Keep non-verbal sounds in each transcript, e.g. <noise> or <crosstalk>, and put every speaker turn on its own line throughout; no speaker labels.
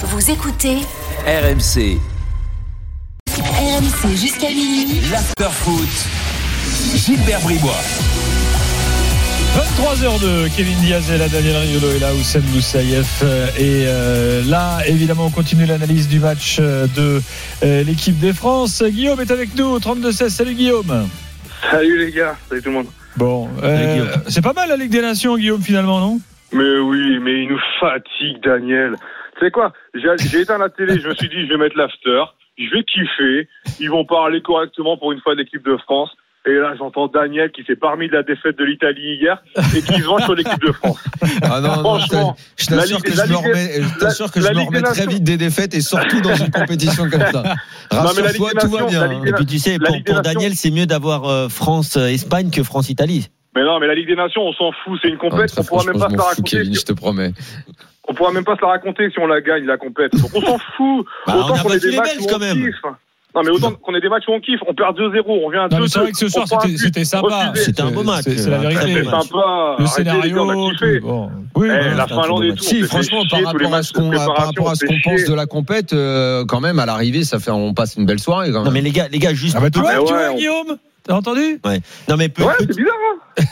Vous écoutez
RMC,
RMC jusqu'à minuit.
l'afterfoot. Gilbert Bribois.
23h02, Kevin Diaz est là, Daniel Riolo est là, Oussem Moussaïef euh, Et euh, là, évidemment, on continue l'analyse du match euh, de euh, l'équipe des France. Guillaume est avec nous au 32-16. Salut Guillaume.
Salut les gars, salut tout le monde.
Bon, euh, c'est pas mal la Ligue des Nations, Guillaume, finalement, non
Mais oui, mais il nous fatigue Daniel. Tu sais quoi J'ai j'ai éteint la télé, je me suis dit je vais mettre l'after, je vais kiffer, ils vont parler correctement pour une fois de l'équipe de France. Et là, j'entends Daniel qui s'est parmi de la défaite de l'Italie hier et qui se venge sur l'équipe de France.
Ah non, non, je
Franchement,
t'assure- je t'assure que je
la Ligue- la
me
Ligue-
remets, je t'assure que je
la
me
Ligue des
remets très
Nations-
vite des défaites et surtout dans une compétition comme
<laughs>
ça.
la Ligue
Rassure-toi,
des
tout va
Nations,
bien.
la Ligue
hein.
des
Et puis tu sais,
La
pour,
Ligue des
pour
Nations.
Daniel, c'est mieux d'avoir euh, France-Espagne que France-Italie.
Mais non, mais la Ligue des Nations, on s'en fout, c'est une
Ah,
compète,
très
on pourra même
franchement,
pas
je m'en
se la
fous,
raconter.
Kevin, je te promets.
On pourra même pas se la raconter si on la gagne, la compète. Donc on s'en fout.
Bah, on
autant
a
qu'on ait
battu
des
les
matchs
Belges,
où
quand
on
même.
kiffe. Non, mais autant qu'on ait des matchs où on kiffe, on perd 2-0, on revient à 2-2.
Non, mais c'est vrai que ce soir,
on prend un
c'était
but.
c'était sympa.
Refusé.
C'était un beau match.
C'est c'est la
Un très
vérité.
C'était
beau match.
sympa.
Eh, Le
Arrêtez, les
scénario.
gars, on a kiffé.
tout, bon. Oui,
Eh,
voilà.
la Finlande et tout.
Si,
on s'est
franchement, par
fait chier tous les
rapport à
matchs
ce qu'on
de
par rapport à ce
préparation,
qu'on
on s'est
pense
fait
de la compète, euh, quand même, à l'arrivée, ça fait, on passe une belle soirée quand
Non
même.
mais les gars, les gars, juste.
Ah bah, tu
Ah,
vois,
mais
tu
ouais,
vois,
on-
Guillaume T'as entendu
Non mais pe-
Ouais,
pe-
c'est bizarre. hein.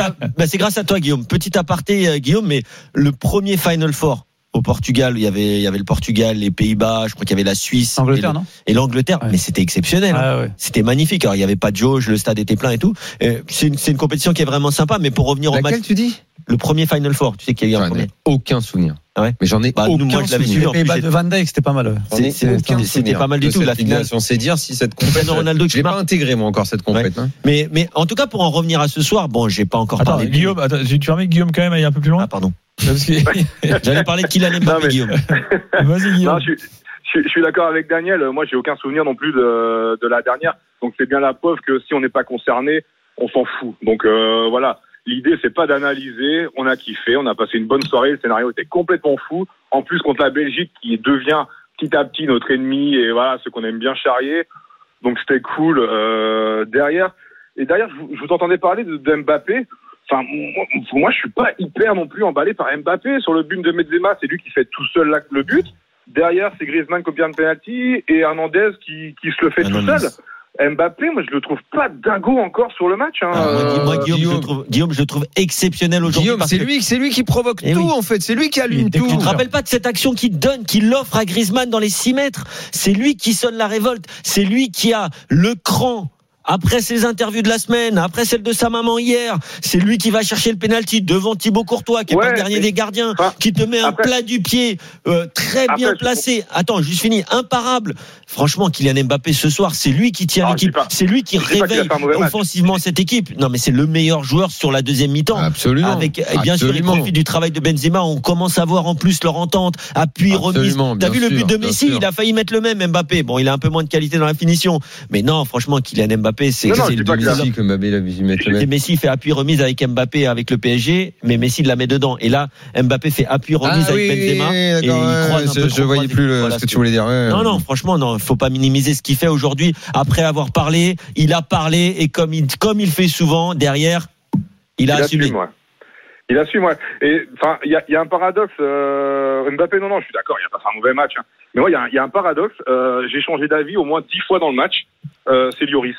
<laughs>
a- bah, c'est grâce à toi Guillaume. Petit aparté euh, Guillaume, mais le premier Final Four au Portugal, il y avait il y avait le Portugal, les Pays-Bas, je crois qu'il y avait la Suisse et
Angleterre,
le-
non
et l'Angleterre,
Ouais.
mais c'était exceptionnel. hein.
Ah ouais.
C'était magnifique. Alors il y avait pas de jauge, le stade était plein et tout. Euh, C'est une, c'est une compétition qui est vraiment sympa. Mais pour revenir au
Laquelle
match,
tu dis
le premier Final Four, tu sais qu'il y a eu un
J'en
premier.
ai aucun souvenir.
Ah ouais
Mais j'en ai
Bah, nous, moi,
aucun
je l'avais
souvenir.
suivi en
Mais
plus,
bah, de Van Dyke, c'était pas mal. ouais.
J'en ai
C'est- c'est-
aucun
c'était
souvenir
pas mal du
de
tout,
cette
la finale.
élimination. C'est dire si cette compète.
Cristiano Ronaldo
Je
qui
l'ai pas
marque.
intégré moi encore cette compète. hein.
Mais mais en tout cas pour en revenir à ce soir, bon, j'ai pas encore
Attends,
parlé. de-
Guillaume, attends, tu permets que Guillaume quand même aille un peu plus
Ah
loin
pardon.
Parce que-
<laughs> J'allais parler de Kylian Mbappé
Non, mais-
Guillaume.
Vas-y,
Non,
Guillaume.
je, suis- je suis- je suis d'accord avec Daniel. Moi, j'ai aucun souvenir non plus de, de la dernière. Donc, c'est bien la preuve que si on n'est pas concerné, on s'en fout. Donc, euh, voilà. L'idée, c'est pas d'analyser. On a kiffé. On a passé une bonne soirée. Le scénario était complètement fou. En plus, contre la Belgique, qui devient petit à petit notre ennemi et voilà, ce qu'on aime bien charrier. Donc, c'était cool. Euh, derrière, et derrière, je, vous- je vous entendais parler de, de Mbappé. Enfin, moi, pour moi, je suis pas hyper non plus emballé par Mbappé. Sur le but de Medzema, c'est lui qui fait tout seul là, le but. Derrière, c'est Griezmann qui obtient le penalty et Hernandez qui, qui se le fait
Hernandez.
tout seul. Mbappé, moi, je le trouve pas dingo encore sur le match. Hein.
Ah, moi, Guillaume, moi,
Euh,
Guillaume, je le
Guillaume.
trouve, Guillaume, je le trouve exceptionnel aujourd'hui.
Guillaume,
parce
c'est
que-
lui, c'est lui qui provoque
Eh
tout
oui.
en fait. C'est lui qui allume
dès que
tout.
tu
Tu te rappelles pas de cette action qu'il donne, qu'il offre à Griezmann dans les 6 mètres C'est lui qui sonne la révolte. C'est lui qui a le cran. Après ses interviews de la semaine, après celle de sa maman hier, c'est lui qui va chercher le penalty devant Thibaut Courtois, qui est
Ouais,
pas le dernier
mais-
des gardiens,
Enfin,
qui te met un
après-
plat du pied euh, très
Après,
bien
je-
placé. Attends, juste fini, imparable. Franchement, Kylian Mbappé ce soir, c'est lui qui tient
Ah, je dis
l'équipe,
pas-
c'est lui qui
je dis pas qu'il a
réveille
fait un mauvais match.
offensivement cette équipe. Non, mais c'est le meilleur joueur sur la deuxième mi-temps.
Absolument.
Avec, et bien sûr, il
Absolument.
profite du travail de Benzema. On commence à voir en plus leur entente, appui, remise.
Absolument, bien
T'as vu le but
sûr,
de
bien
Messi
sûr.
Il a failli mettre le même Mbappé. Bon, il a un peu moins de qualité dans la finition, mais non, franchement, Kylian Mbappé, c'est
Non, non,
c'est
je
le
dis pas que
demi-
la-
Messi comme Mbappé, il a vu mettre le
Et
même.
Messi fait appui remise avec Mbappé avec le PSG, mais Messi la met dedans. Et là, Mbappé fait appui remise
Ah oui,
avec Benzema
oui,
et il
d'accord, ouais,
croise un
c'est-
peu
je voyais plus le- ce que tu voulais dire. ouais.
Non, non, franchement, non, faut pas minimiser ce qu'il fait aujourd'hui. Après avoir parlé, il a parlé et comme il, comme il fait souvent, derrière, il a assumé.
assume, ouais. Il assume, ouais. Et enfin, il y a, il y a un paradoxe. euh, Mbappé, non, non, je suis d'accord, il a pas fait un mauvais match. hein. Mais ouais, il y a un- il y, a un paradoxe. euh, J'ai changé d'avis au moins dix fois dans le match. euh, C'est Lloris.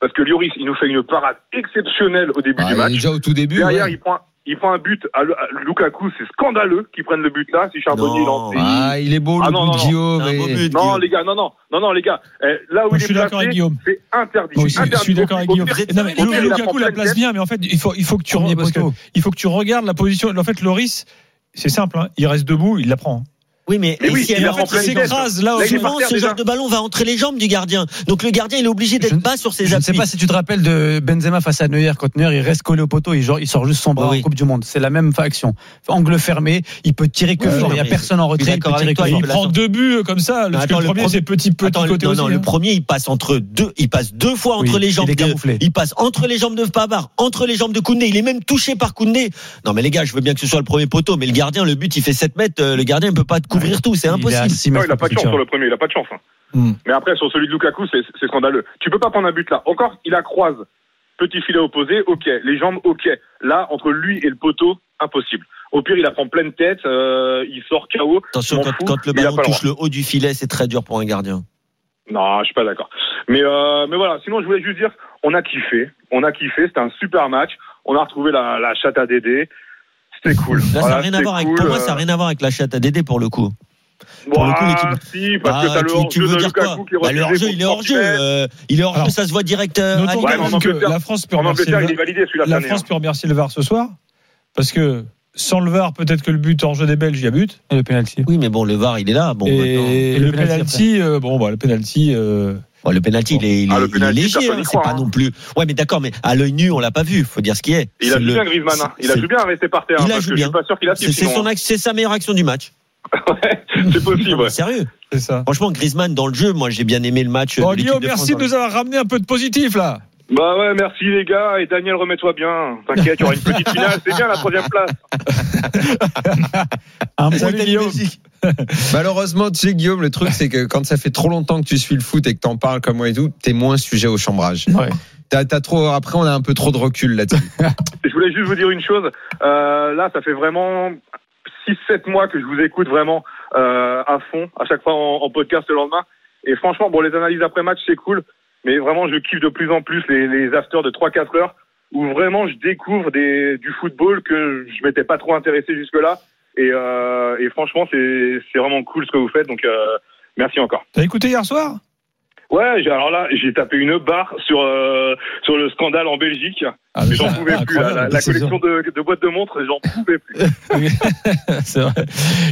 Parce que Lloris, il nous fait une parade exceptionnelle au début
Ah,
du
il est
match.
déjà au tout début.
Derrière,
ouais.
il prend. Il prend un but à, Lu- à Lukaku, c'est scandaleux qu'ils prennent le but là. Si Charbonnier
Non.
lance.
Ah, il est beau
Ah,
le
non,
bout
non,
de
non.
Guillaume.
C'est un beau
et-
but.
Non,
Guillaume.
les gars, non, non, non, non, les gars. eh, là
Moi,
où il
je suis
est
d'accord
placé,
avec Guillaume.
c'est interdit.
Moi aussi, je
Interdit.
suis d'accord avec
Au- au-
Guillaume.
au-
Non, mais
au- il
Lukaku
prend
la
pleine
place
tête.
bien, hein, mais en fait, il faut, il faut que tu
Premier
regardes, parce que
poteau.
il faut que tu regardes la position. En fait, Loris, c'est simple, hein, il reste debout, il la prend.
Oui, mais,
Mais
et
oui,
si
il
elle
est
en
en
fait,
pleine
il
vitesse.
s'écrase, là,
Là, il est
souvent,
par terre
ce genre
déjà.
de ballon va entre les jambes du gardien. Donc le gardien, il est obligé
Je
d'être
ne-
bas sur ses
Je ne sais
appuis.
pas si tu te rappelles de Benzema face à Neuer quand Neuer il reste collé au poteau et genre, il sort juste son bras
Oui.
en Coupe du Monde. C'est la même action. Angle fermé, il peut tirer que
Oui,
fort.
non,
Il n'y a
mais-
personne en
je suis
retrait. Il
d'accord
peut tirer
avec
que
toi,
Et
fort.
il prend deux buts euh, comme ça. Parce que
Attends,
le
le
premier,
premier-
c'est petit, petit
Attends, le,
côté
non,
aussi,
non,
hein.
le premier, il passe entre deux, il passe deux fois
Oui,
entre les
il
jambes.
est
de-
camouflé.
il passe entre les jambes de Pavard, entre les jambes de Koundé. Il est même touché par Koundé. Non, mais les gars, je veux bien que ce soit le premier poteau, mais le gardien, le but, il fait 7 mètres. euh, Le gardien, il peut pas te couvrir tout. C'est
Il est à
impossible.
six
Non,
mètres
il a pas de chance
de
sur le premier, il a pas de chance. hein.
Hmm.
Mais après, sur celui de Lukaku, c'est c'est scandaleux. Tu peux pas prendre un but là. Encore, il la croise. Petit filet opposé, ok. Les jambes, ok. Là, entre lui et le poteau, impossible. Au pire, il la prend pleine tête, euh, il sort KO.
Attention,
M'en
quand,
fous,
quand le
il a
ballon
pas le
touche le haut du filet, c'est très dur pour un gardien.
Non, je suis pas d'accord. Mais, euh, mais voilà, sinon, je voulais juste dire, on a kiffé. On a kiffé, c'était un super match. On a retrouvé la, la chatte à Dédé. C'était cool.
Là, ça
Voilà,
a rien à
c'était
voir avec,
cool,
pour moi,
euh,
ça n'a rien à voir avec la chatte à Dédé pour le coup. pour le coup,
ouah, si, parce que
Bah,
t'as le
tu- tu
hors-jeu
veux
de
dire
Lukaku
quoi
qui
Bah,
refusait
Le hors-jeu,
contre
il est hors-jeu.
Portugal.
euh, Il est hors-jeu,
Alors,
ça se voit direct euh, à
Notons
Ouais,
quand
mais en
même que
Angleterre-
la France peut
En
remercier
Angleterre,
le
il est validé celui-là.
La
cette année, hein.
France peut remercier le VAR ce soir parce que sans le VAR, peut-être que le but hors jeu des Belges, il y a but.
Et le penalty.
Oui, mais bon, le VAR, il est là. Bon, maintenant.
et,
Et
le
le penalty
penalty, euh, bon, bah, le penalty. euh,
Bon, le penalty, il est, il est,
Ah, le
il est
penalty,
léger,
personne
hein,
n'y
c'est
croit,
pas
hein.
non plus. Ouais, mais d'accord, mais à l'œil nu, on l'a pas vu. Faut dire ce qui est.
Il a
C'est
joué
le-
bien Griezmann, hein. il a
c'est-
joué bien à rester par terre,
Il
hein,
a
parce que
joué
je
bien.
suis pas sûr qu'il a hein.
C'est c'est son, ac- c'est sa meilleure action du match.
C'est possible. ouais.
Sérieux.
c'est ça.
Oh,
Franchement, Griezmann dans le jeu, moi j'ai bien aimé le match.
Bon,
de l'équipe
Guillaume,
de France
merci
dans
hein.
de nous avoir ramené un peu de positif là.
Bah ouais, merci les gars, et Daniel, remets-toi bien, t'inquiète, il y aura une petite finale, c'est bien la troisième place.
Un point
Salut,
de
Guillaume.
Belgique.
Malheureusement, tu sais, Guillaume, le truc, c'est que quand ça fait trop longtemps que tu suis le foot et que t'en parles comme moi et tout, t'es moins sujet au chambrage.
Ouais.
T'as, t'as trop, après, on a un peu trop de recul là-dessus.
Et je voulais juste vous dire une chose, euh, là ça fait vraiment 6-7 mois que je vous écoute vraiment euh, à fond, à chaque fois en, en podcast le lendemain, et franchement, bon les analyses après-match c'est cool, mais vraiment je kiffe de plus en plus les, les afters de 3-4 heures, où vraiment je découvre des, du football que je m'étais pas trop intéressé jusque-là, et, euh, et franchement c'est c'est vraiment cool ce que vous faites, donc euh, merci encore.
T'as écouté hier soir
Ouais, j'ai- alors là, j'ai tapé une barre sur euh, sur le scandale en Belgique.
Ah,
Mais j'en pouvais plus. là.
incroyable,
La, la
c'est
collection de, de boîtes de montres, j'en pouvais plus.
sûr. <laughs> C'est vrai.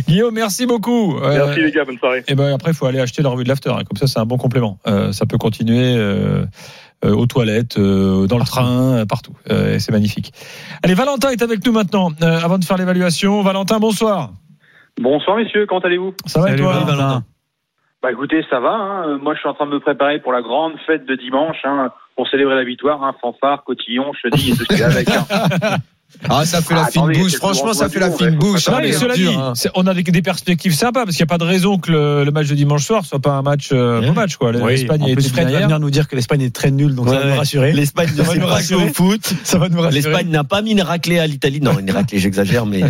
Guillaume, merci beaucoup. Euh,
Merci les gars, bonne soirée.
Et ben après, il faut aller acheter la revue de l'after. hein. Comme ça, c'est un bon complément. Euh, ça peut continuer euh, euh, aux toilettes, euh, dans le train, euh, partout. Euh, et c'est magnifique. Allez, Valentin est avec nous maintenant. euh, avant de faire l'évaluation, Valentin, bonsoir.
Bonsoir messieurs, comment allez-vous
Ça va et
Salut,
toi
Valentin.
Bah écoutez, ça va. hein. Euh, Moi, je suis en train de me préparer pour la grande fête de dimanche hein, pour célébrer la victoire. Hein. Fanfare, cotillon, chenille et tout ce qu'il y a avec. hein.
<laughs>
Ah, ça fait la
Ah,
fine
attendez,
bouche.
c'est
Franchement,
le
ça
grand
fait la
duo,
fine
ouais.
bouche.
Faut
Non,
hein,
mais
pas
mais
c'est
cela dit,
dur, hein.
c'est- on a des, des perspectives sympas parce qu'il n'y a pas de raison que le, le match de dimanche soir soit pas un match euh,
Ouais.
beau match quoi.
Oui,
L'Espagne
en
a
plus,
été bien
Fred va
hier.
venir nous dire que l'Espagne est très nulle, donc ça
Ouais,
va nous
ouais.
rassurer.
L'Espagne
Ça
ne
va
s'est
nous
pas jouée
rassurer.
au foot.
Ça va nous rassurer.
L'Espagne n'a pas mis une raclée à l'Italie. Non, une raclée, j'exagère, mais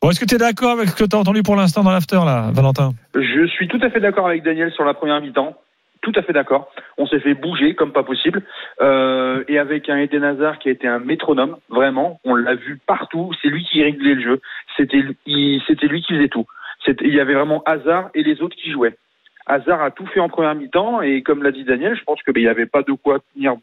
Bon, est-ce que tu es d'accord avec ce que tu as entendu pour l'instant dans l'after là, Valentin
Je suis tout à fait d'accord avec Daniel sur la première mi-temps. Tout à fait d'accord. On s'est fait bouger comme pas possible. Euh, et avec un Eden Hazard qui a été un métronome, vraiment, on l'a vu partout. C'est lui qui réglait le jeu. C'était il- c'était lui qui faisait tout. C'était- Il y avait vraiment Hazard et les autres qui jouaient. Hazard a tout fait en première mi-temps et comme l'a dit Daniel, je pense que ben, il n'y avait pas de quoi tenir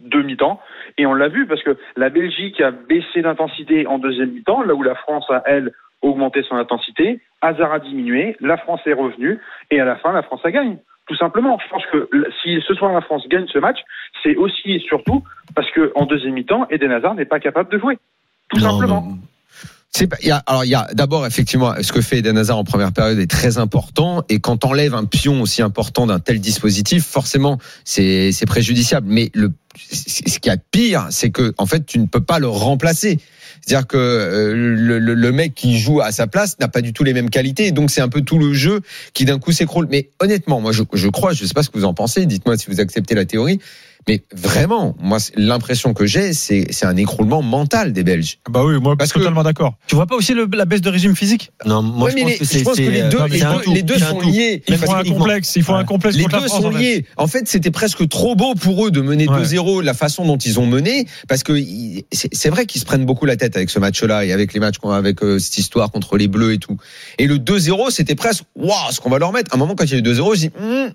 deux mi-temps et on l'a vu parce que la Belgique a baissé l'intensité en deuxième mi-temps là où la France a elle augmenté son intensité, Hazard a diminué, la France est revenue et à la fin la France a gagné. Tout simplement, je pense que l- si ce soir la France gagne ce match, c'est aussi et surtout parce que en deuxième mi-temps, Eden Hazard n'est pas capable de jouer. Tout
Non,
simplement.
non.
C'est pas- il y a- alors, il y a d'abord, effectivement, ce que fait Eden Hazard en première période est très important. Et quand t'enlèves un pion aussi important d'un tel dispositif, forcément, c'est c'est préjudiciable. Mais le, c- ce qu'il y a de pire, c'est que, en fait, tu ne peux pas le remplacer. C'est-à-dire que euh, le, le- le mec qui joue à sa place n'a pas du tout les mêmes qualités. Et Donc, c'est un peu tout le jeu qui d'un coup s'écroule. Mais honnêtement, moi, je, je crois, je sais pas ce que vous en pensez. Dites-moi si vous acceptez la théorie. Mais vraiment, moi, c'est- l'impression que j'ai, c'est c'est un écroulement mental des Belges.
Bah oui, moi
Parce que-
totalement d'accord.
Tu vois pas aussi le- la baisse de régime physique
Non, moi
Ouais,
je
mais
pense
les-
que c'est.
je pense que
c'est,
les
euh,
deux,
non, mais
les
c'est un
deux-
tout,
les deux
c'est un
sont
tout.
liés.
Il
Parce
faut un
que
complexe, il faut un complexe
les
contre la
deux
France,
sont
en fait.
liés. En fait, c'était presque trop beau pour eux de mener
Ouais.
2-0 de la façon dont ils ont mené, parce que ils- c'est c'est vrai qu'ils se prennent beaucoup la tête avec ce match-là et avec les matchs qu'on a avec euh, cette histoire contre les Bleus et tout. Et le 2-0, c'était presque waouh, ce qu'on va leur mettre. À un moment, quand il y a eu 2-0, je dis Hmm,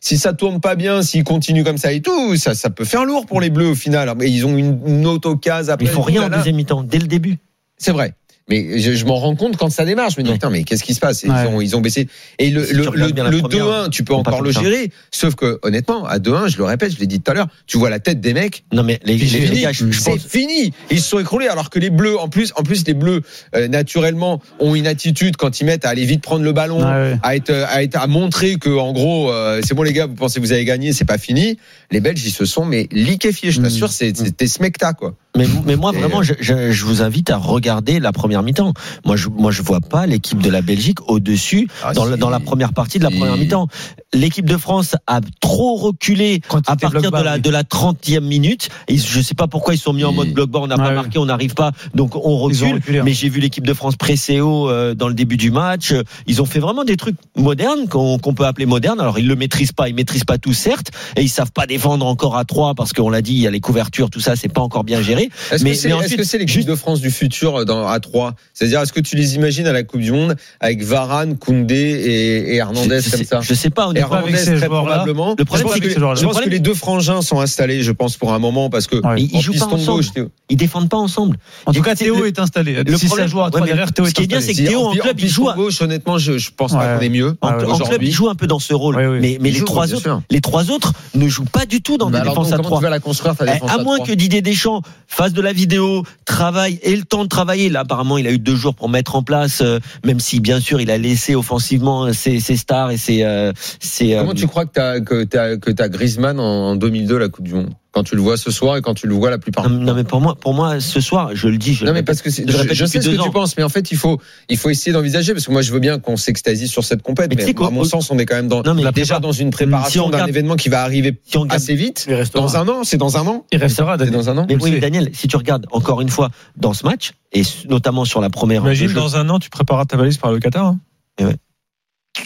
si ça tourne pas bien, s'ils continuent comme ça et tout, ça, ça peut faire lourd pour les Bleus au final. Mais ils ont une, une auto-case
Mais
après.
ils font
tout,
rien en
là, là.
deuxième mi-temps, dès le début.
C'est vrai. Mais je, je m'en rends compte quand ça démarre. Je me dis,
Ouais.
putain, mais qu'est-ce qui se passe ils,
Ouais.
ont, ils ont baissé. Et le,
Si
le,
tu regardes
le-
bien la
le
première,
2-1, tu peux
on parle
encore
tout
le
le temps.
gérer. Sauf que, honnêtement, à 2-1, je le répète, je l'ai dit tout à l'heure, tu vois la tête des mecs.
Non mais les,
C'est
les- les
fini.
gars, je, je
C'est
pense.
fini. Ils se sont écroulés. Alors que les Bleus, en plus, en plus les Bleus euh, naturellement ont une attitude quand ils mettent à aller vite prendre le ballon,
Ah ouais.
à être, euh, à être, à montrer que en gros, euh, c'est bon les gars, vous pensez que vous avez gagné, c'est pas fini. Les Belges, ils se sont mais liquéfiés.
Hmm.
Je t'assure, c'est- c'était smecta quoi.
Mais, mais moi
Et-
vraiment, je, je- je vous invite à regarder la première mi-temps. Moi, je, moi, je vois pas l'équipe de la Belgique au-dessus
Ah,
dans,
si.
la- dans la première partie de la
Si.
première mi-temps. L'équipe de France a trop reculé
Quand
à
c'était
partir
bloc
de
bas,
la,
oui.
de la 30e minute. Et je sais pas pourquoi ils sont mis en
Si.
mode bloc bas, on n'a
Ah
pas
oui.
marqué, on n'arrive pas, donc on
Ils ont
recule.
reculé, hein.
Mais j'ai vu l'équipe de France presser haut euh, dans le début du match. Euh, Ils ont fait vraiment des trucs modernes qu'on qu'on peut appeler modernes. Alors ils le maîtrisent pas, ils maîtrisent pas tout certes, et ils savent pas défendre encore à 3 parce qu'on l'a dit, il y a les couvertures, tout ça, c'est pas encore bien géré.
Est-ce
Mais-
que c'est
mais
est-ce
ensuite,
que c'est l'équipe
juste-
de France du futur euh, dans, à 3 C'est-à-dire, est-ce que tu les imagines à la Coupe du Monde avec Varane, Koundé et, et Hernandez
je, je
comme
sais-
ça
Je sais pas, on
pas
est
Hernandez
avec ces
très
joueurs-là.
probablement.
Le problème,
je pense,
c'est
que,
que
ces joueurs-là-
je
le
pense que
problème-
les deux frangins sont installés, je pense, pour un moment, parce que
Ouais.
Ils- ils
en
jouent pas
piston
ensemble.
gauche, t'es-
ils défendent pas ensemble.
En tout
Et
cas,
c'est
Théo
le-
est installé.
le
Si ça
problème-
joue à
ouais,
trois
mais
derrière, Théo
ce
est
qui est bien,
installé.
c'est que Théo, en
pi-
club, il
piston
joue à-
gauche, honnêtement, je, je pense pas
Ouais.
qu'on est mieux.
En,
Ah ouais,
en club,
aujourd'hui.
ils jouent un peu dans ce rôle,
Oui, oui.
mais, mais
Ils
les
jouent,
trois
bien
autres,
sûr.
les trois autres ne jouent pas du tout dans
Bah
des
alors,
défenses
donc,
à
comment
trois.
tu vas la construire, ta
Eh,
défense
à moins
trois
que Didier Deschamps fasse de la vidéo, travaille et le temps de travailler. Là, apparemment, il a eu deux jours pour mettre en place, euh, même si bien sûr, il a laissé offensivement euh, ses, ses stars et ses. euh, ses, euh,
Comment tu crois que t'as que t'as que t'as Griezmann en, en 2002 la Coupe du Monde Quand tu le vois ce soir et quand tu le vois la plupart
euh, non, non, mais pour moi, pour moi, ce soir, je le dis, je
Non
le
mais
répète,
parce que c'est-
je le
je,
répète
je sais ce
depuis
que
deux
tu
ans.
penses, mais en fait il faut il faut essayer d'envisager parce que moi je veux bien qu'on s'extasie sur cette compète,
Mais
mais,
tu sais quoi,
à mon
au-
sens on est quand même dans
Non, mais la
déjà
prépa-
dans une
Si
préparation
on
d'un
regarde-
événement qui va arriver
si on regarde
assez vite.
Il restera.
Dans un an, c'est dans un an.
Il restera.
C'est
Daniel.
dans un an.
Mais
On le
oui, mais
sait.
Daniel, si tu regardes encore une fois dans ce match, et s- notamment sur la première heure de
Imagine,
jeu,
dans un an, tu prépareras ta valise par le Qatar. hein.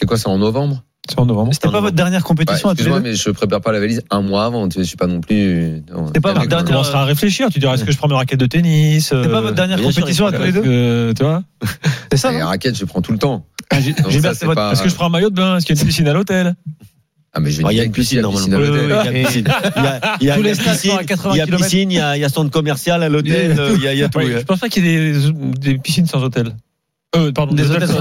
C'est quoi ça en novembre
C'est en novembre.
C'était pas votre dernière
Bah,
compétition à tous les
Excuse-moi,
deux
mais je prépare pas la valise un mois avant. tu sais, Je suis pas non plus. non,
C'est pas
t'as
votre
vu,
dernière- euh,
Tu
quoi.
commenceras à réfléchir. Tu diras est-ce que je prends mes raquettes de tennis euh,
C'était pas votre dernière
bien sûr,
compétition
il
à
faut
tous les deux
tu vois
C'est ça
Et
non
la raquette, je prends tout le temps. Donc
Gilbert,
ça,
c'est
c'est
votre-
pas-
Est-ce que je prends un maillot de bain Est-ce qu'il y a une piscine à l'hôtel
Ah mais je vais
Ah, il y a
dire
une
que si,
piscine,
la piscine à
normalement.
l'hôtel.
Oui, oui, oui. Et-
piscine. Il y a, il y a-
Tous
il y a
les stades sont à
piscine,
80
il y a
kilomètres.
piscine, il y a, il y a centre commercial à l'hôtel, euh, il y a, il y a tout.
Ouais,
euh.
Je pense pas qu'il y ait des, des piscines sans hôtel. Euh, pardon,
Des hôtels
<laughs> sans-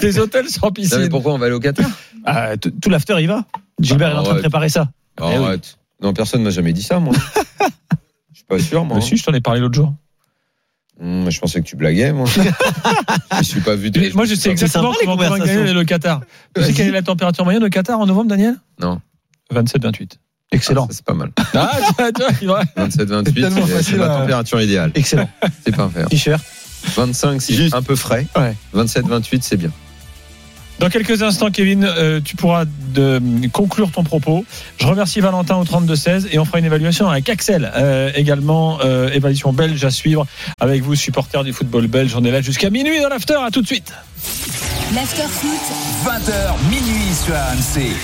des hôtels sans
Non, mais
piscine.
pourquoi on va aller au Qatar
Ah, tout tout l'after, il va. Gilbert il est en train de
ouais.
préparer ça.
Eh
Bah, Arrête. Non, personne m'a jamais dit ça,
<laughs>
moi. Je suis pas sûr, moi.
Bah si, je t'en ai parlé l'autre jour.
Hum, je pensais que tu blaguais, moi. je suis pas vu. de-
Moi, je sais
pas-
exactement
sympa, les
comment on va
conversations.
gagner le Qatar. Tu sais quelle est la température moyenne au Qatar en novembre, Daniel
Non.
27-28.
Excellent.
Ça, C'est pas mal.
Ah, <laughs> tu vois, il va-
27, 28.
tellement
c'est- C'est
facile
la
à-
température idéale.
Excellent.
C'est pas faire.
T-shirt.
25, c'est
Juste.
un peu frais.
Ouais.
27, 28, c'est bien.
Dans quelques instants, Kevin, euh, tu pourras de- conclure ton propos. Je remercie Valentin au 32-16 et on fera une évaluation avec Axel euh, également. euh, évaluation belge à suivre avec vous, supporters du football belge. On est là jusqu'à minuit dans l'after. À tout de suite.
L'after foot.
20h minuit sur AMC.